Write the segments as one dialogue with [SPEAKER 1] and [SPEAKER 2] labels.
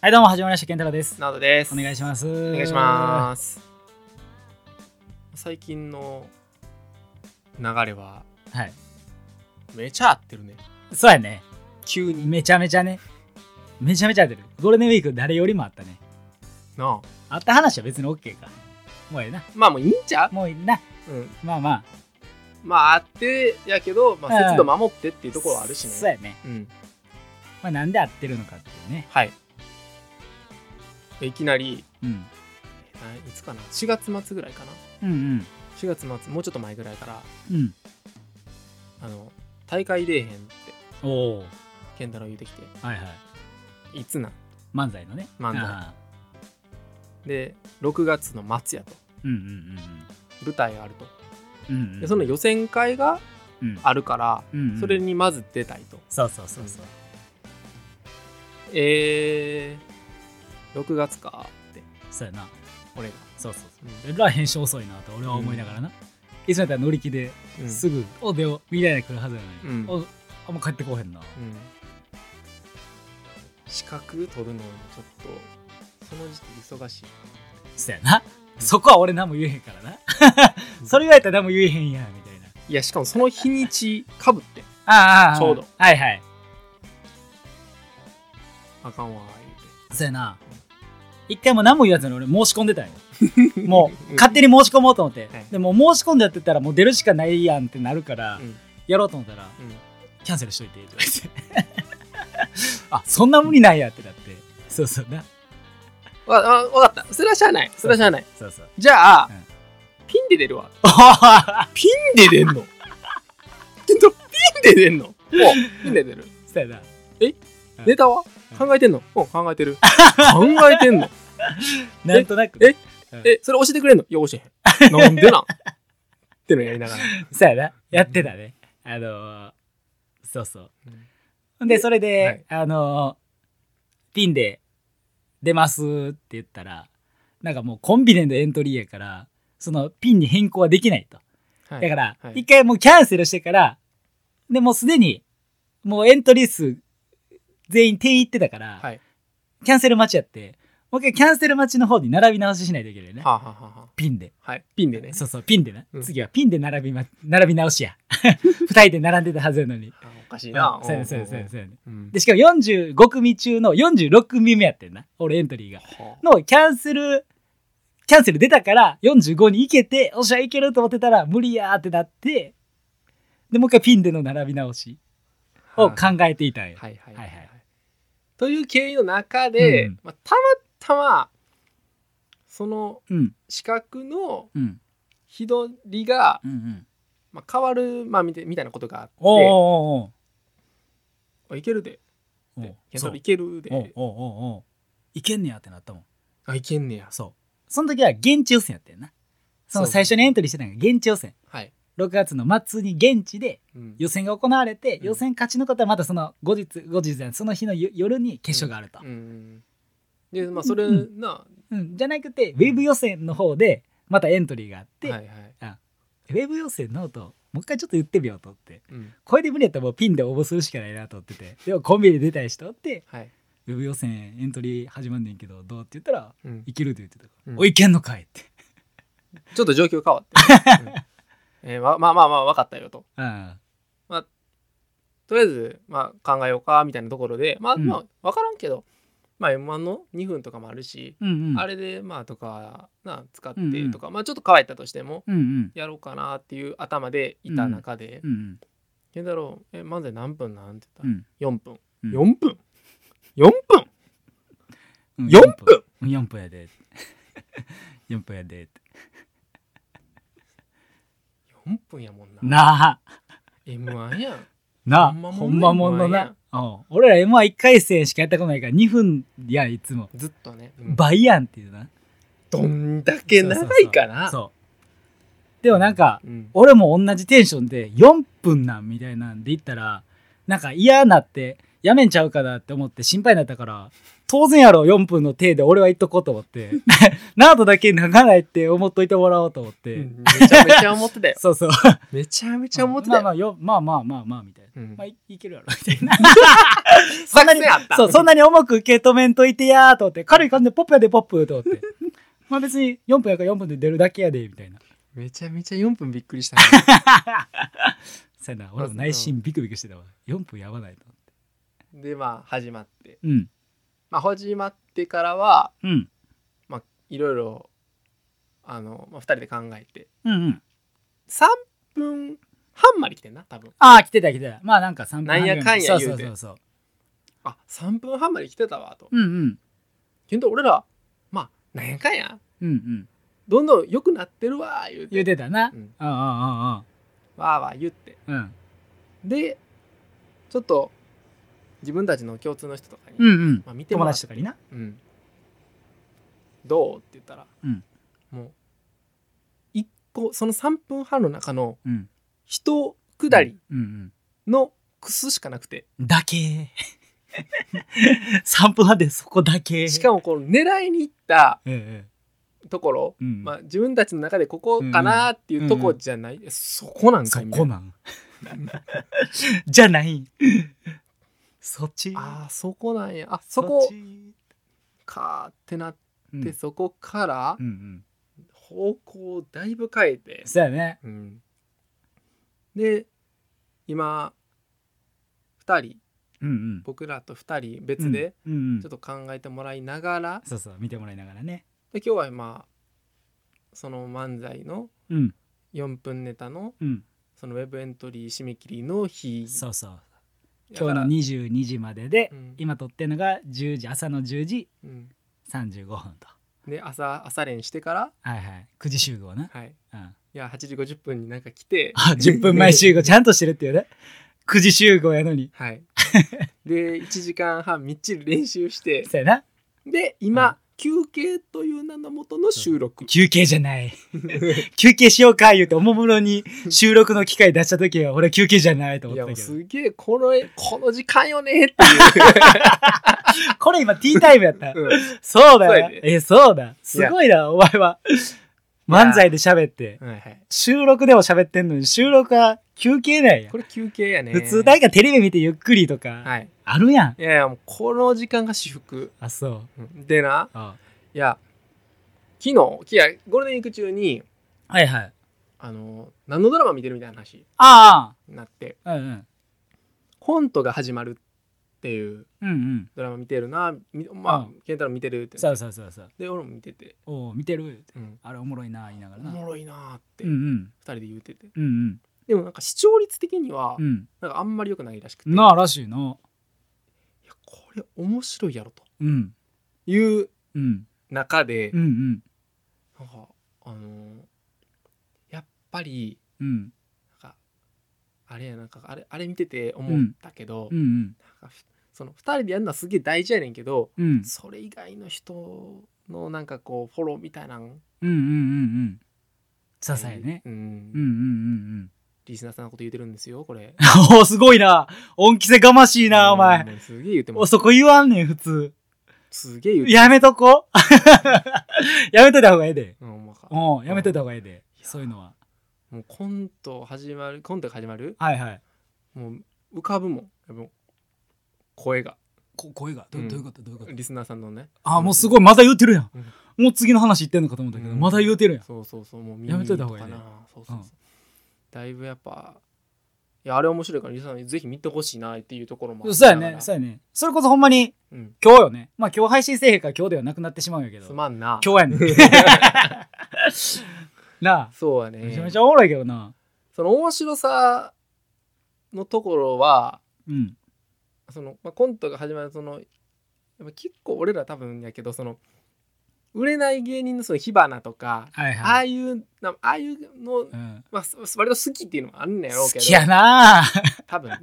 [SPEAKER 1] はい、どうも、始まりました。健太郎です。
[SPEAKER 2] などです。
[SPEAKER 1] お願いします。お
[SPEAKER 2] お願いします。最近の流れは
[SPEAKER 1] す。はい。
[SPEAKER 2] めちゃ合ってるね。
[SPEAKER 1] そうやね。
[SPEAKER 2] 急に
[SPEAKER 1] めちゃめちゃね。めちゃめちゃ出る。ゴールデンウィーク誰よりもあったね。
[SPEAKER 2] なあ。
[SPEAKER 1] あった話は別に OK か。もうええな。
[SPEAKER 2] まあもういいんちゃ
[SPEAKER 1] もういいな。
[SPEAKER 2] う、うん、
[SPEAKER 1] まあま
[SPEAKER 2] まああってやけど、まあ、
[SPEAKER 1] うん
[SPEAKER 2] 節度守ってって
[SPEAKER 1] あ。
[SPEAKER 2] いうところはあるし
[SPEAKER 1] そう
[SPEAKER 2] ね。
[SPEAKER 1] やね。
[SPEAKER 2] うん、
[SPEAKER 1] まあ、なんで合ってるのかっていうね。
[SPEAKER 2] はい。いきなり、
[SPEAKER 1] うん。
[SPEAKER 2] あいつかな ?4 月末ぐらいかな
[SPEAKER 1] うん
[SPEAKER 2] ?4 月末、もうちょっと前ぐらいから、
[SPEAKER 1] うん。うん。
[SPEAKER 2] あの、大会出えへんって、
[SPEAKER 1] おお。
[SPEAKER 2] 健太郎言うてきて、
[SPEAKER 1] はいはい。
[SPEAKER 2] いつなん
[SPEAKER 1] 漫才のね。
[SPEAKER 2] 漫才
[SPEAKER 1] ああ
[SPEAKER 2] で、6月の末やと。
[SPEAKER 1] うんうん
[SPEAKER 2] 舞台があると。
[SPEAKER 1] うんうん。うんう
[SPEAKER 2] で
[SPEAKER 1] ん。
[SPEAKER 2] その予選会が
[SPEAKER 1] うん、
[SPEAKER 2] あるから、
[SPEAKER 1] うんうん
[SPEAKER 2] それにまず出たいと。
[SPEAKER 1] そうそうそうそう。
[SPEAKER 2] えー、6月かって、
[SPEAKER 1] そうやな。
[SPEAKER 2] 俺が。
[SPEAKER 1] そうそうそうう。裏編集遅いなと俺は思いながらな。いつもやったら乗り気で
[SPEAKER 2] んうん
[SPEAKER 1] すぐ、おでよみたいな来るはずやのに、
[SPEAKER 2] うん
[SPEAKER 1] おあんま帰ってこへんな、
[SPEAKER 2] うん資格取るのにちょっと、その時期忙しい。
[SPEAKER 1] そやなそこは俺何も言えへんからなそれ言われたら何も言えへんやんみたいない
[SPEAKER 2] や、しかもその日にちかぶって、
[SPEAKER 1] ああああ
[SPEAKER 2] ちょうど
[SPEAKER 1] はいはい
[SPEAKER 2] あかんわ、
[SPEAKER 1] そやな一回も何も言わずに俺申し込んでたんよもう勝手
[SPEAKER 2] に、
[SPEAKER 1] に申し込もうと思って、
[SPEAKER 2] はい
[SPEAKER 1] でも申し込んでやってたらもう出るしかないやんってなるから、
[SPEAKER 2] うん
[SPEAKER 1] やろうと思ったら
[SPEAKER 2] うん
[SPEAKER 1] キャンセルしといて とか言ってあそんな無理ないやってなってそうそうな
[SPEAKER 2] わわわかった。それはしゃあない。それはしゃあない。
[SPEAKER 1] そうそう
[SPEAKER 2] じゃあ、
[SPEAKER 1] うん
[SPEAKER 2] ピンで出るわ。ピンで 出んのけど、ピンで出んのおピンで出る。
[SPEAKER 1] そやな
[SPEAKER 2] ネタは
[SPEAKER 1] うん
[SPEAKER 2] 考えてんのうん、考えて る。考えてんの
[SPEAKER 1] なんとなく
[SPEAKER 2] ええ、それ教えてくれんのいや、教えへん。なんでなんってのやりながら。
[SPEAKER 1] そうやな。やってたね。あのーそうそう。で、それで、あのーピンで出ますって言ったら、なんかもうコンビネントエントリーやから、そのピンに変更はできないと。
[SPEAKER 2] は
[SPEAKER 1] だから、
[SPEAKER 2] はい
[SPEAKER 1] 一回もうキャンセルしてから、でもうすでに、もうエントリー数全員定員いってたから、
[SPEAKER 2] はい。
[SPEAKER 1] キャンセル待ちやって、もう一回キャンセル待ちの方に並び直ししないといけないよね。
[SPEAKER 2] はあ、はあはあは
[SPEAKER 1] ピンで。
[SPEAKER 2] あ、はい。ピンでね。
[SPEAKER 1] そうそう、ピンでな。
[SPEAKER 2] うん
[SPEAKER 1] 次はピンで並び、ま、 並び直しや。二人で並んでたはずやのに。
[SPEAKER 2] あおかしいな
[SPEAKER 1] あ。そうやねそうやねそうやねそうやね
[SPEAKER 2] うん
[SPEAKER 1] で、しかも45組中の46組目やってんな。俺エントリーが。
[SPEAKER 2] はあ
[SPEAKER 1] の、キャンセル、キャンセル出たから45に行けて、おっしゃ、行けると思ってたら無理やーってなって、で、もう一回ピンでの並び直しを考えていたんよ。
[SPEAKER 2] はいはい
[SPEAKER 1] は
[SPEAKER 2] はいい
[SPEAKER 1] はい
[SPEAKER 2] という経緯の中で、
[SPEAKER 1] うん
[SPEAKER 2] まあ、たまたまその
[SPEAKER 1] うん、
[SPEAKER 2] 資格の
[SPEAKER 1] うん、
[SPEAKER 2] 日取りが、
[SPEAKER 1] うん、うん。
[SPEAKER 2] まあ、変わる、まあ、みたみたいなことがあって
[SPEAKER 1] おー
[SPEAKER 2] お
[SPEAKER 1] お
[SPEAKER 2] いけるで
[SPEAKER 1] ーおーおー
[SPEAKER 2] っていや
[SPEAKER 1] そ
[SPEAKER 2] そうれいける
[SPEAKER 1] おー
[SPEAKER 2] で
[SPEAKER 1] おーおーおーいけんねやってなったもん。
[SPEAKER 2] あいけんねや
[SPEAKER 1] そう。その時は現地予選やったよな。その
[SPEAKER 2] そう
[SPEAKER 1] 最初にエントリーしてたのが現地予選。
[SPEAKER 2] はい、
[SPEAKER 1] 6月の末に現地で
[SPEAKER 2] うん
[SPEAKER 1] 予選が行われて、
[SPEAKER 2] うん
[SPEAKER 1] 予選勝ち残ったらまたその後日、後日じゃないその日の夜夜に決勝があると
[SPEAKER 2] う。ん、でまあそれ
[SPEAKER 1] うん
[SPEAKER 2] な、
[SPEAKER 1] うんじゃなくて、ウェブ予選の方でまたエントリーがあって、
[SPEAKER 2] はいはい、
[SPEAKER 1] ウェブ予選のと、もう一回ちょっと言ってみようと思って。
[SPEAKER 2] うん、
[SPEAKER 1] これで無理やったらもうピンで応募するしかないなと思ってて。でもコンビで出たい人おって、
[SPEAKER 2] はい、
[SPEAKER 1] ウェブ予選エントリー始まんねんけど、どうって言ったら、
[SPEAKER 2] うん、
[SPEAKER 1] いけるって言ってたから。
[SPEAKER 2] うん
[SPEAKER 1] おい、いけんのかいって。
[SPEAKER 2] ちょっと状況変わって、 うんえーままあまあまあ分かったよと
[SPEAKER 1] うん。
[SPEAKER 2] とりあえず、まあ、考えようかみたいなところでまあ、
[SPEAKER 1] うん
[SPEAKER 2] まあ分からんけど、まあ、m 1の2分とかもあるし、
[SPEAKER 1] うんうん。
[SPEAKER 2] あれでまあとかな使っ
[SPEAKER 1] うんうん
[SPEAKER 2] てとか、まあちょっと乾いたとしても
[SPEAKER 1] うんうん。
[SPEAKER 2] やろうかなっていう頭でいた中で
[SPEAKER 1] うんうん。
[SPEAKER 2] 「健太郎え漫才何分なん?」って
[SPEAKER 1] う
[SPEAKER 2] 言っ
[SPEAKER 1] ん
[SPEAKER 2] たら「4分」
[SPEAKER 1] うん
[SPEAKER 2] 4分4分
[SPEAKER 1] うん
[SPEAKER 2] 4分
[SPEAKER 1] うん4分やで 4分やでって
[SPEAKER 2] !4 分やもんな。
[SPEAKER 1] なあ
[SPEAKER 2] M1 やん。
[SPEAKER 1] なあほ
[SPEAKER 2] ほ
[SPEAKER 1] ん
[SPEAKER 2] ん
[SPEAKER 1] ま
[SPEAKER 2] ま
[SPEAKER 1] も
[SPEAKER 2] も
[SPEAKER 1] ん
[SPEAKER 2] ん
[SPEAKER 1] の
[SPEAKER 2] な
[SPEAKER 1] なうん俺ら m 1回戦しかやったことないから2分やいつも
[SPEAKER 2] ずっとね。うん
[SPEAKER 1] 倍やんっていうな
[SPEAKER 2] どんだけ長いかな。
[SPEAKER 1] そうでもなんか
[SPEAKER 2] うん
[SPEAKER 1] 俺も同じテンションで4分なんみたいなんで言ったらなんか嫌なってやめんちゃうかなって思って心配になったから当然やろ、4分の手で俺は行っとこうと思 って。ナートだけ長ないって思っといてもらおうと思って。
[SPEAKER 2] うんめちゃめちゃ思ってた よ。
[SPEAKER 1] そうそう。
[SPEAKER 2] めちゃめちゃ思ってた
[SPEAKER 1] まあ
[SPEAKER 2] よ。
[SPEAKER 1] まあよ、まあまあまあまあ、みたいな。
[SPEAKER 2] うん
[SPEAKER 1] まあ、いいけるやろ、みたいな。
[SPEAKER 2] 作戦あっ た。
[SPEAKER 1] そう、そんなに重く受け止めんといてやーと思って、軽い感じでポップやでポップと思って。 まあ別に4分やから4分で出るだけやで、みたいな。
[SPEAKER 2] めちゃめちゃ4分びっくりした。
[SPEAKER 1] そうやな、俺も内心ビクビクしてたわ。4分やばないと。
[SPEAKER 2] で、まあ、始まって。
[SPEAKER 1] うん。
[SPEAKER 2] まあ、始まってからは、
[SPEAKER 1] うん。
[SPEAKER 2] まあ、いろいろ、あの、まあ、2人で考えて。
[SPEAKER 1] うんうん。
[SPEAKER 2] 3分半まで来てんな、多分。
[SPEAKER 1] ああ、来てた来てた。まあなんか3分半ぐらい
[SPEAKER 2] なんやかんや言
[SPEAKER 1] そうう
[SPEAKER 2] て
[SPEAKER 1] そうそうそう。
[SPEAKER 2] あ、3分半まで来てたわ、と。
[SPEAKER 1] うんうん。
[SPEAKER 2] けど、俺ら、まあ、なんやかんや。
[SPEAKER 1] うんうん。
[SPEAKER 2] どんどん良くなってるわ、言う
[SPEAKER 1] 言うて
[SPEAKER 2] て。
[SPEAKER 1] たな。
[SPEAKER 2] う
[SPEAKER 1] うん
[SPEAKER 2] ん、
[SPEAKER 1] ああ
[SPEAKER 2] わーわー言って。
[SPEAKER 1] ああああうん。
[SPEAKER 2] で、ちょっと、自分たちの共通の人とかに、
[SPEAKER 1] うんうん。
[SPEAKER 2] まあ、見ても
[SPEAKER 1] 友
[SPEAKER 2] らっ
[SPEAKER 1] 達
[SPEAKER 2] て
[SPEAKER 1] とかにな。
[SPEAKER 2] うん、どうって言ったら、
[SPEAKER 1] うん
[SPEAKER 2] もう一個その3分半の中の
[SPEAKER 1] うん。
[SPEAKER 2] 一下り
[SPEAKER 1] うんうん。
[SPEAKER 2] のくすしかなくて、
[SPEAKER 1] だけ。3分半でそこだけ。
[SPEAKER 2] しか
[SPEAKER 1] も。
[SPEAKER 2] もこの狙いに行った
[SPEAKER 1] え
[SPEAKER 2] ところ、
[SPEAKER 1] え。うん。
[SPEAKER 2] まあ、自分たちの中でここかなっていうとこじゃない、えそこなんか
[SPEAKER 1] そ
[SPEAKER 2] い
[SPEAKER 1] こなん じゃないそっち
[SPEAKER 2] あーそこなんやあそこかーってなって、
[SPEAKER 1] うん
[SPEAKER 2] そこから
[SPEAKER 1] うんうん
[SPEAKER 2] 方向をだいぶ変えて、
[SPEAKER 1] そうやね
[SPEAKER 2] うんで今2人
[SPEAKER 1] うんうん
[SPEAKER 2] 僕らと2人別で
[SPEAKER 1] うんうん
[SPEAKER 2] ちょっと考えてもらいながら、
[SPEAKER 1] そうそう見てもらいながらね
[SPEAKER 2] で今日はまあその漫才の
[SPEAKER 1] うん
[SPEAKER 2] 4分ネタの
[SPEAKER 1] うん
[SPEAKER 2] そのウェブエントリー締め切りの日
[SPEAKER 1] そうそう
[SPEAKER 2] だか
[SPEAKER 1] 今日の
[SPEAKER 2] ら
[SPEAKER 1] 22時までで
[SPEAKER 2] うん
[SPEAKER 1] 今撮ってるのが10時朝の10時
[SPEAKER 2] うん
[SPEAKER 1] 35分と
[SPEAKER 2] で朝朝練してから、
[SPEAKER 1] はいはい9時集合な
[SPEAKER 2] はい、
[SPEAKER 1] うん
[SPEAKER 2] いや8時50分になんか来て
[SPEAKER 1] あ10分前集合ちゃんとしてるっていうね9時集合やのに
[SPEAKER 2] はいで1時間半みっちり練習して
[SPEAKER 1] そうやな
[SPEAKER 2] で今、休憩という名のもとの収録
[SPEAKER 1] 休憩じゃない休憩しようか言うておもむろに収録の機会出した時は俺休憩じゃないと思
[SPEAKER 2] い
[SPEAKER 1] っ
[SPEAKER 2] や
[SPEAKER 1] た
[SPEAKER 2] も
[SPEAKER 1] け
[SPEAKER 2] う
[SPEAKER 1] ど
[SPEAKER 2] すげえこのこの時間よねってい
[SPEAKER 1] これ今ティータイムやった。
[SPEAKER 2] う、うん
[SPEAKER 1] そうだ
[SPEAKER 2] そうや
[SPEAKER 1] よ
[SPEAKER 2] で。
[SPEAKER 1] え、そうだ。すごいな、お前は。漫才で喋って。
[SPEAKER 2] はいはい、
[SPEAKER 1] 収録でも喋ってんのに、収録は休憩なんや
[SPEAKER 2] こ。れ休憩やね
[SPEAKER 1] 普通なんかテレビ見てゆっくりとか、
[SPEAKER 2] はい
[SPEAKER 1] あるやん。
[SPEAKER 2] いやいやもうこの時間が私服
[SPEAKER 1] あ、そう。
[SPEAKER 2] うんでな
[SPEAKER 1] あ
[SPEAKER 2] いや昨日いやゴールデンウィーク中に
[SPEAKER 1] はいはい。
[SPEAKER 2] あの何のドラマ見てるみたいな話
[SPEAKER 1] あ
[SPEAKER 2] になって
[SPEAKER 1] あ、うんうん。
[SPEAKER 2] コントが始まるっていう
[SPEAKER 1] うんうん。
[SPEAKER 2] ドラマ見てるなみまあ健太郎見てるって
[SPEAKER 1] そうそうそうそう。
[SPEAKER 2] で俺も見てて、
[SPEAKER 1] おお、見てる。
[SPEAKER 2] うん
[SPEAKER 1] あれおもろいな、言いなが
[SPEAKER 2] お
[SPEAKER 1] らな。
[SPEAKER 2] もろいなーって
[SPEAKER 1] うんう
[SPEAKER 2] 二
[SPEAKER 1] ん。
[SPEAKER 2] 人で言うてて
[SPEAKER 1] うんうん。
[SPEAKER 2] でもなんか視聴率的には
[SPEAKER 1] うん。
[SPEAKER 2] なんかあんまり良くないらしくて
[SPEAKER 1] なあ、らしいな。
[SPEAKER 2] いやこれ面白いやろと
[SPEAKER 1] うん。
[SPEAKER 2] いう
[SPEAKER 1] うん。
[SPEAKER 2] 中で
[SPEAKER 1] うんうん。
[SPEAKER 2] なんかあのーやっぱり
[SPEAKER 1] うん。
[SPEAKER 2] なんかあれやなんかあれあれ見てて思ったけど、
[SPEAKER 1] うんうん。
[SPEAKER 2] なんかふその2人でやるのはすげえ大事やねんけど、
[SPEAKER 1] うん。
[SPEAKER 2] それ以外の人のなんかこうフォローみたいな
[SPEAKER 1] う
[SPEAKER 2] ん
[SPEAKER 1] んうんうんうん。支えね。
[SPEAKER 2] うん
[SPEAKER 1] うんうんうんうん。
[SPEAKER 2] リスナーさんのこと言うてるんですよこれ
[SPEAKER 1] おお、すごいな。恩着せがましい な、お前。
[SPEAKER 2] うんすげえ言うてま
[SPEAKER 1] お、
[SPEAKER 2] す
[SPEAKER 1] そこ言わんねん、普通。
[SPEAKER 2] すげえ言うて
[SPEAKER 1] やめとこ。 やめといた方がええで。
[SPEAKER 2] うんほんまか
[SPEAKER 1] うん、やめといた方がええで。そういうのは。
[SPEAKER 2] もうコント始まるコントが始まる
[SPEAKER 1] はいはい。
[SPEAKER 2] もう浮かぶもんやっぱ声が
[SPEAKER 1] こ声が、
[SPEAKER 2] どどういう
[SPEAKER 1] ことどういうこ
[SPEAKER 2] リスナーさんのね
[SPEAKER 1] あ、もうすごい、まだ言うてるやん
[SPEAKER 2] う。
[SPEAKER 1] もう次の話言ってんのかと思ったけど、まだ言うてるやん。
[SPEAKER 2] そうそうそうもう
[SPEAKER 1] やめといた方がいいね
[SPEAKER 2] 耳とかなそうそうそ
[SPEAKER 1] う
[SPEAKER 2] う
[SPEAKER 1] ん
[SPEAKER 2] だいぶやっぱいやあれ面白いからリスナーにぜひ見てほしいなっていうところもあり
[SPEAKER 1] そうや
[SPEAKER 2] なが
[SPEAKER 1] ね
[SPEAKER 2] ら、
[SPEAKER 1] そうやね。それこそほんまに、
[SPEAKER 2] うん、
[SPEAKER 1] 今日よね。まあ今日配信せえへんから今日ではなくなってしまうんやけど。
[SPEAKER 2] す
[SPEAKER 1] 今
[SPEAKER 2] まんな
[SPEAKER 1] 日やねん。 なあ、
[SPEAKER 2] そうやね
[SPEAKER 1] めちゃめちゃおもろいけどな。
[SPEAKER 2] その面白さのところは
[SPEAKER 1] うん。
[SPEAKER 2] その、まあ、コントが始まるそのやっぱ結構俺ら多分やけどその売れない芸人のその火花とか、
[SPEAKER 1] はい
[SPEAKER 2] あ
[SPEAKER 1] は
[SPEAKER 2] あ
[SPEAKER 1] い。
[SPEAKER 2] いうなああいうの、
[SPEAKER 1] うん
[SPEAKER 2] まあ、す割と好きっていうのもあんねやろうけ
[SPEAKER 1] 好
[SPEAKER 2] ど
[SPEAKER 1] きやな
[SPEAKER 2] 多分ね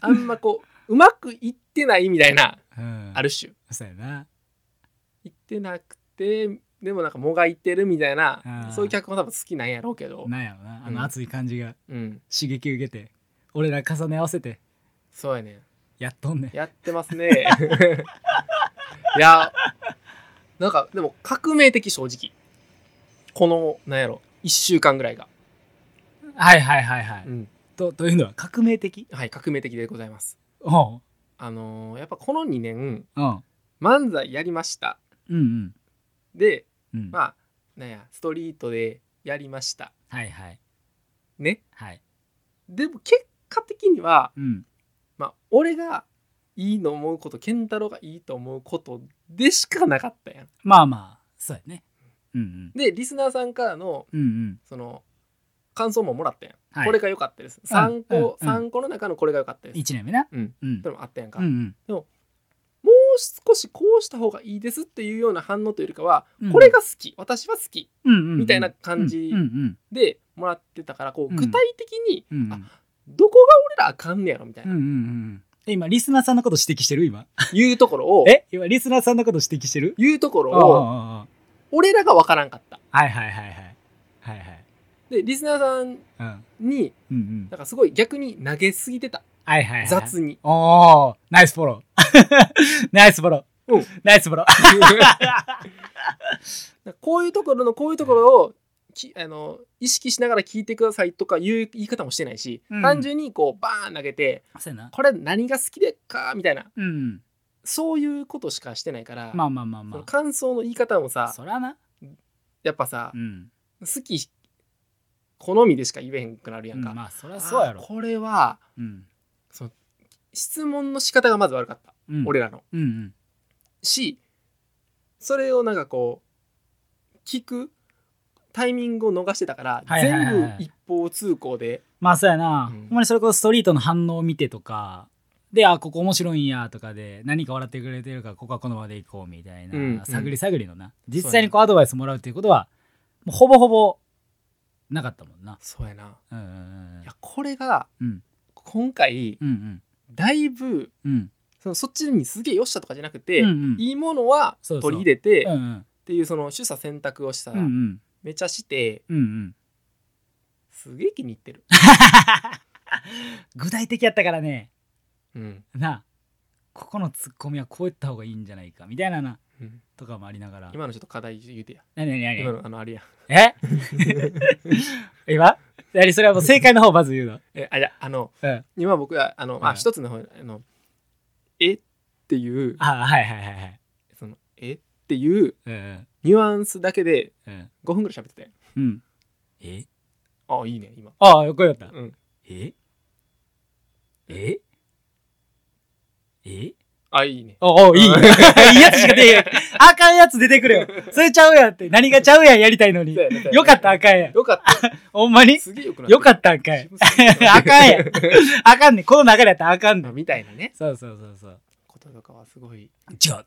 [SPEAKER 2] あんまこううまくいってないみたいな
[SPEAKER 1] うん
[SPEAKER 2] ある種
[SPEAKER 1] そうやな。
[SPEAKER 2] 行ってなくてでもなんかもがいてるみたいな
[SPEAKER 1] うん
[SPEAKER 2] そういう脚本多分好きなんやろうけど、
[SPEAKER 1] なんやろな。あ
[SPEAKER 2] うん
[SPEAKER 1] の熱い感じが
[SPEAKER 2] うん、
[SPEAKER 1] 刺激受けて、俺ら重ね合わせて
[SPEAKER 2] そうやね
[SPEAKER 1] やっとんねん。
[SPEAKER 2] やってますねいや、なんか、でも革命的正直。この、なんやろ、1週間ぐらいが。
[SPEAKER 1] はいはいはいはい、
[SPEAKER 2] うん。
[SPEAKER 1] とというのは革命的
[SPEAKER 2] はい、革命的でございます。
[SPEAKER 1] おう
[SPEAKER 2] あのーやっぱこの2年、
[SPEAKER 1] うん
[SPEAKER 2] 漫才やりました。
[SPEAKER 1] うんうん
[SPEAKER 2] で、
[SPEAKER 1] うん、
[SPEAKER 2] まあ、なんや、ストリートでやりました。
[SPEAKER 1] はいはい
[SPEAKER 2] ね。
[SPEAKER 1] はい
[SPEAKER 2] でも結果的には、
[SPEAKER 1] うん
[SPEAKER 2] まあ、俺がいいと思うこと、健太郎がいいと思うことでしかなかったやん。
[SPEAKER 1] まあまあそうやねうん
[SPEAKER 2] で、リスナーさんからの、
[SPEAKER 1] うんうんうん
[SPEAKER 2] その、感想ももらったやん。
[SPEAKER 1] はい
[SPEAKER 2] これが良かったです。3個、
[SPEAKER 1] うんうん
[SPEAKER 2] 三個の中のこれが良かったです。
[SPEAKER 1] 1年目な
[SPEAKER 2] うん
[SPEAKER 1] うん
[SPEAKER 2] でもあったやんか、
[SPEAKER 1] うんう
[SPEAKER 2] もうん少しこうした方がいいですっていうような反応というよりかは、
[SPEAKER 1] うん
[SPEAKER 2] これが好き私は好き
[SPEAKER 1] うんうんうん
[SPEAKER 2] みたいな感じ
[SPEAKER 1] うんうん
[SPEAKER 2] でもらってたからこ
[SPEAKER 1] う
[SPEAKER 2] うん具体的に
[SPEAKER 1] うんうん
[SPEAKER 2] あどこが俺らあかんねやろみたい
[SPEAKER 1] うん
[SPEAKER 2] な、
[SPEAKER 1] うんうんえ今リスナーさんのこと指摘してる今
[SPEAKER 2] いうところを
[SPEAKER 1] え今リスナーさんのこと指摘してる
[SPEAKER 2] いうところ
[SPEAKER 1] おうおうおう
[SPEAKER 2] を俺らが分からんかった
[SPEAKER 1] はいはいはいはいはいはい
[SPEAKER 2] でリスナーさん
[SPEAKER 1] うん
[SPEAKER 2] に
[SPEAKER 1] うんうん
[SPEAKER 2] なんかすごい逆に投げすぎてた
[SPEAKER 1] はいはいはい
[SPEAKER 2] 雑 に
[SPEAKER 1] おおナイスフォロー ナイスフォロー、
[SPEAKER 2] うん
[SPEAKER 1] ナイスフォロー
[SPEAKER 2] なんかこういうところのこういうところをきあの意識しながら聞いてくださいとかいう言い方もしてないし、
[SPEAKER 1] うん
[SPEAKER 2] 単純にこうバーン投げて
[SPEAKER 1] そうやな
[SPEAKER 2] これ何が好きでっかみたいな
[SPEAKER 1] うん
[SPEAKER 2] そういうことしかしてないから、
[SPEAKER 1] まあまあまあ
[SPEAKER 2] その
[SPEAKER 1] ま
[SPEAKER 2] 感想の言い方も
[SPEAKER 1] あ
[SPEAKER 2] さ
[SPEAKER 1] そらな
[SPEAKER 2] やっぱさ、
[SPEAKER 1] うん
[SPEAKER 2] 好き好みでしか言えへんくなるや
[SPEAKER 1] うん
[SPEAKER 2] か、
[SPEAKER 1] んまあそらそうや
[SPEAKER 2] あー
[SPEAKER 1] ろ
[SPEAKER 2] これは
[SPEAKER 1] うん
[SPEAKER 2] 質問の仕方がまず悪かった、
[SPEAKER 1] うん
[SPEAKER 2] 俺らの
[SPEAKER 1] うんうん
[SPEAKER 2] しそれをなんかこう聞くタイミングを逃してたから、
[SPEAKER 1] はいはいはいはい
[SPEAKER 2] 全部一方通行で
[SPEAKER 1] まあそうやな、
[SPEAKER 2] うん
[SPEAKER 1] ほんまにそれこそストリートの反応を見てとかであここ面白いんやとかで何か笑ってくれてるからここはこの場で行こうみたいな、
[SPEAKER 2] うん
[SPEAKER 1] 探り探りのな実際にこうアドバイスもらうっていうことはもうほぼほぼなかったもんな
[SPEAKER 2] そうやな
[SPEAKER 1] うんうん
[SPEAKER 2] いやこれが
[SPEAKER 1] うん
[SPEAKER 2] 今回
[SPEAKER 1] うんうん
[SPEAKER 2] だいぶ
[SPEAKER 1] うん
[SPEAKER 2] そのそっちにすげえよっしゃとかじゃなくて、
[SPEAKER 1] うんうん
[SPEAKER 2] いいものは
[SPEAKER 1] そう
[SPEAKER 2] 取
[SPEAKER 1] そう
[SPEAKER 2] り入れて
[SPEAKER 1] うんうん
[SPEAKER 2] っていうその取捨選択をした
[SPEAKER 1] うんう
[SPEAKER 2] ら
[SPEAKER 1] ん
[SPEAKER 2] めちゃして
[SPEAKER 1] うんうん
[SPEAKER 2] すげえ気に入ってる、
[SPEAKER 1] 具体的やったからね
[SPEAKER 2] うん
[SPEAKER 1] なあここのツッコミはこういった方がいいんじゃないかみたいなな
[SPEAKER 2] うん
[SPEAKER 1] とかもありながら
[SPEAKER 2] 今のちょっと課題言うてや
[SPEAKER 1] 何何何
[SPEAKER 2] 今のあのあれや
[SPEAKER 1] え 今何それはもう正解の方をまず言うの。
[SPEAKER 2] えあいやあの
[SPEAKER 1] うん、
[SPEAKER 2] 今僕はあの、ま
[SPEAKER 1] う
[SPEAKER 2] あ
[SPEAKER 1] ん
[SPEAKER 2] 一つの方あのえっていう
[SPEAKER 1] あはいはいはいはい。
[SPEAKER 2] そのえっていう
[SPEAKER 1] うん
[SPEAKER 2] ニュアンスだけで
[SPEAKER 1] うん
[SPEAKER 2] 5分ぐらい喋ってて
[SPEAKER 1] うん。え
[SPEAKER 2] あいいね今
[SPEAKER 1] ああ、よくやった。
[SPEAKER 2] うん
[SPEAKER 1] えええ
[SPEAKER 2] あいいね
[SPEAKER 1] おお、いい。いいやつしか出えへん。あかんやつ出てくれよ。それちゃうやんって。何がちゃうやんやりたいのに。
[SPEAKER 2] そうやね
[SPEAKER 1] よかった、あかんやん。
[SPEAKER 2] よかった
[SPEAKER 1] ほんまに
[SPEAKER 2] すげえよくな
[SPEAKER 1] よかった、あかんやん。あかんやん。あかんねん。この流れやったらあかんねん。
[SPEAKER 2] みたいなね
[SPEAKER 1] そうそうそうそう。
[SPEAKER 2] こととかはすごい
[SPEAKER 1] 違う。あ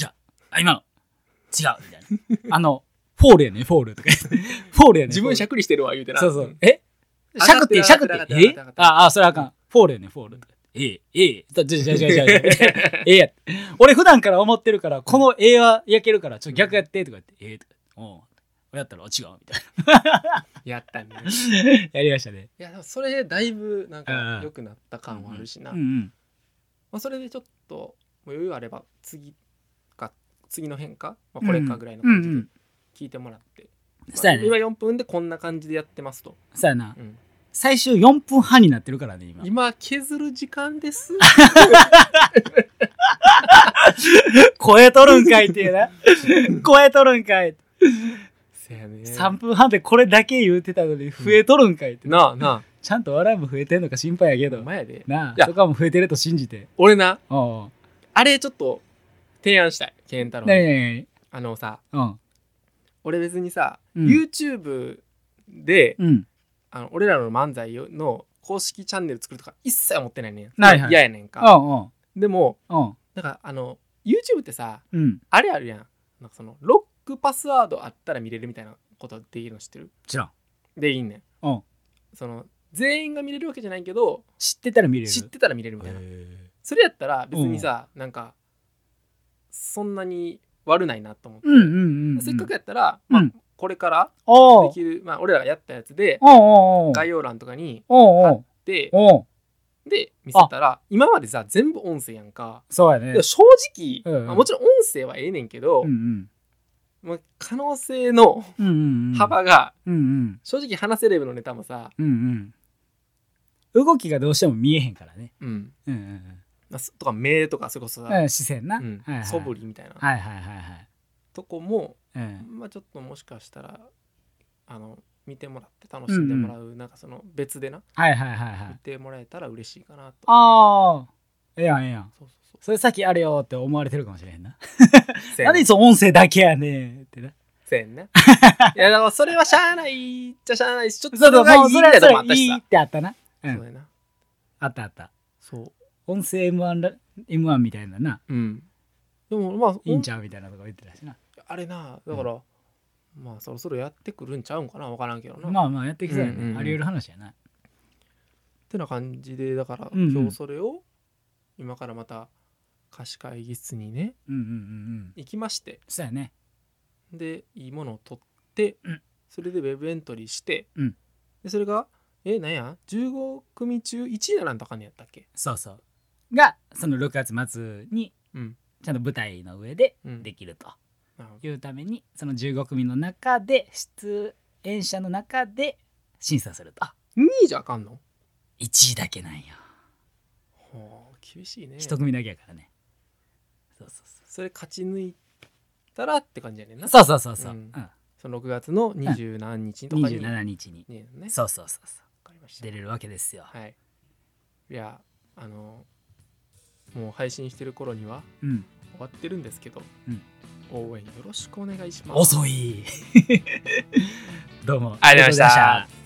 [SPEAKER 1] 違う。あ、今の。違う。みたいな。あの、フォールやね、フォールとか言って。フォールやね。
[SPEAKER 2] 自分しゃ
[SPEAKER 1] ク。
[SPEAKER 2] くりしてるわ言うてな
[SPEAKER 1] そうそう。えしゃくって、しゃくって。えあ、あ、それあかん。フォールやね、フォール。ええ、ええ。だじゃじゃじゃじゃじゃ。ええや。俺普段から思ってるから、このえは焼けるから、ちょっと逆やって、とか言って。ええとか。おうやったら違うみた
[SPEAKER 2] やったね
[SPEAKER 1] いな。や りましたね。
[SPEAKER 2] いやでもそれでだいぶな
[SPEAKER 1] うん
[SPEAKER 2] ん
[SPEAKER 1] う
[SPEAKER 2] か
[SPEAKER 1] ん
[SPEAKER 2] 良くなった感はあるしな、
[SPEAKER 1] うんうん。
[SPEAKER 2] まあ、それでちょっともう余裕あれば次か次の変化、まあ、これかぐらいの感じ
[SPEAKER 1] うんう
[SPEAKER 2] で
[SPEAKER 1] ん
[SPEAKER 2] 聞いてもらって、まあ
[SPEAKER 1] そうやね
[SPEAKER 2] 今4分でこんな感じでやってますと、
[SPEAKER 1] そうやな
[SPEAKER 2] う。ん
[SPEAKER 1] 最終4分半になってるからね、今。
[SPEAKER 2] 今削る時間です
[SPEAKER 1] 声取るんかいっていうな。声取るんかいって。
[SPEAKER 2] せやね
[SPEAKER 1] 3分半でこれだけ言うてたのに増えとるんかいって、
[SPEAKER 2] なあな
[SPEAKER 1] ちゃんと笑いも増えてんのか心配やけ
[SPEAKER 2] あ
[SPEAKER 1] ど
[SPEAKER 2] 前やで
[SPEAKER 1] ないあ
[SPEAKER 2] や
[SPEAKER 1] そこはもう増えてると信じて
[SPEAKER 2] 俺な
[SPEAKER 1] おう
[SPEAKER 2] あれちょっと提案したい健太
[SPEAKER 1] お
[SPEAKER 2] 郎
[SPEAKER 1] うな
[SPEAKER 2] に
[SPEAKER 1] になに
[SPEAKER 2] あのさ
[SPEAKER 1] なに
[SPEAKER 2] 俺別にさ、
[SPEAKER 1] うん
[SPEAKER 2] YouTube で
[SPEAKER 1] うんうん
[SPEAKER 2] あの俺らの漫才の公式チャンネル作るとか一切思ってないねん
[SPEAKER 1] ないはい
[SPEAKER 2] 嫌やねんか
[SPEAKER 1] おう
[SPEAKER 2] でも
[SPEAKER 1] おう
[SPEAKER 2] なんかあの YouTube ってさ
[SPEAKER 1] おううん
[SPEAKER 2] あれあるやんなんかそのロックパスワードあったら見れるみたいなことできるの知ってる
[SPEAKER 1] 知らん
[SPEAKER 2] でいいねん
[SPEAKER 1] うん
[SPEAKER 2] その全員が見れるわけじゃないけど
[SPEAKER 1] 知ってたら見れる
[SPEAKER 2] 知ってたら見れるみたいな
[SPEAKER 1] へ
[SPEAKER 2] それやったら別にさ、なんかそんなに悪ないなと思って、
[SPEAKER 1] ーうんうんうんうん
[SPEAKER 2] せっかくやったら、
[SPEAKER 1] う
[SPEAKER 2] ま
[SPEAKER 1] ん
[SPEAKER 2] あ、これから
[SPEAKER 1] おう
[SPEAKER 2] できる、まあ、俺らがやったやつで
[SPEAKER 1] おうおうおう
[SPEAKER 2] 概要欄とかに
[SPEAKER 1] おうおう
[SPEAKER 2] で
[SPEAKER 1] おう
[SPEAKER 2] で見せたら今までさ全部音声やんか
[SPEAKER 1] そうや
[SPEAKER 2] で
[SPEAKER 1] ね
[SPEAKER 2] も。正直、
[SPEAKER 1] うんうん
[SPEAKER 2] まあもちろん音声はええねんけど、
[SPEAKER 1] うん
[SPEAKER 2] まあ、可能性の
[SPEAKER 1] うん。うんうんうん。。
[SPEAKER 2] 幅が、
[SPEAKER 1] うんうん。
[SPEAKER 2] 正直話せレベルのネタもさ、
[SPEAKER 1] うんうん。動きがどうしても見えへんからね。
[SPEAKER 2] うん
[SPEAKER 1] うんうん
[SPEAKER 2] まあ、すとか目とかそれこそさ、
[SPEAKER 1] うん。うん、視線な。
[SPEAKER 2] うん
[SPEAKER 1] はいはい
[SPEAKER 2] 素振りみたいな
[SPEAKER 1] はいはいはいはい。
[SPEAKER 2] とこも、
[SPEAKER 1] うん。
[SPEAKER 2] まあ、ちょっともしかしたらあの見てもらって楽しんでもらう、なんかその別でな
[SPEAKER 1] はいはいはいは
[SPEAKER 2] 見
[SPEAKER 1] い。
[SPEAKER 2] てもらえたら嬉しいかなと。
[SPEAKER 1] ああ。ええやんええやん。
[SPEAKER 2] そうそう
[SPEAKER 1] それさっきあれよって思われてるかもしれへんな。
[SPEAKER 2] そう
[SPEAKER 1] なんでいつも音声だけやねんってな。
[SPEAKER 2] せや んね。いやだからそれはしゃあないっちゃしゃあないしちょっと
[SPEAKER 1] そうそう、もうそ
[SPEAKER 2] そ
[SPEAKER 1] れ
[SPEAKER 2] れ
[SPEAKER 1] は
[SPEAKER 2] がいいみ
[SPEAKER 1] そ
[SPEAKER 2] たいなとこもあっ
[SPEAKER 1] れ
[SPEAKER 2] た
[SPEAKER 1] い
[SPEAKER 2] し
[SPEAKER 1] いっ
[SPEAKER 2] さ。
[SPEAKER 1] てあったな。う。
[SPEAKER 2] そうんやな。
[SPEAKER 1] あったあった。
[SPEAKER 2] そ
[SPEAKER 1] 音声 M1 ら、M1 みたいなな。
[SPEAKER 2] う。うん。でもまあ
[SPEAKER 1] いいんちゃうみたいなとか言ってたしな。
[SPEAKER 2] あれなだから、まあそろそろやってくるんちゃうんかな分からんけどな。
[SPEAKER 1] まあまあやっていきそうや
[SPEAKER 2] うんうんう
[SPEAKER 1] ね。
[SPEAKER 2] ん
[SPEAKER 1] あり得る話やな。
[SPEAKER 2] ってな感じでだから、
[SPEAKER 1] うんうん
[SPEAKER 2] 今日それを今からまた貸し会議室にね
[SPEAKER 1] うんうんうんうん。
[SPEAKER 2] 行きまして
[SPEAKER 1] そうやね。
[SPEAKER 2] でいいものを取って、
[SPEAKER 1] うん
[SPEAKER 2] それでウェブエントリーして、
[SPEAKER 1] うん
[SPEAKER 2] でそれがえなんや15組中1位ならんとあかんねやったっけ
[SPEAKER 1] そうそう。が、その6月末に、
[SPEAKER 2] うん
[SPEAKER 1] ちゃんと舞台の上で
[SPEAKER 2] うん
[SPEAKER 1] できると
[SPEAKER 2] なるほど
[SPEAKER 1] いうために、その15組の中で、出演者の中で審査すると。
[SPEAKER 2] 2位じゃあかんの
[SPEAKER 1] 1位だけなんよ。
[SPEAKER 2] はあ厳しいね
[SPEAKER 1] 1組だけやからね。そうそうそ
[SPEAKER 2] それ勝ち抜いたらって感じやねんな
[SPEAKER 1] う。そうそうそうそう。
[SPEAKER 2] う
[SPEAKER 1] うんん。
[SPEAKER 2] その6月の二十何日とかに、ね
[SPEAKER 1] 27日に。
[SPEAKER 2] ね
[SPEAKER 1] そうそうそうそう。
[SPEAKER 2] わかりました
[SPEAKER 1] 出れるわけですよ。
[SPEAKER 2] はい。いや、あの、もう配信してる頃には
[SPEAKER 1] うん。
[SPEAKER 2] 終わってるんですけど、
[SPEAKER 1] うん
[SPEAKER 2] 応援よろしくお願いします。
[SPEAKER 1] 遅い。どうも。
[SPEAKER 2] ありがとうございました
[SPEAKER 1] ありがとうございました。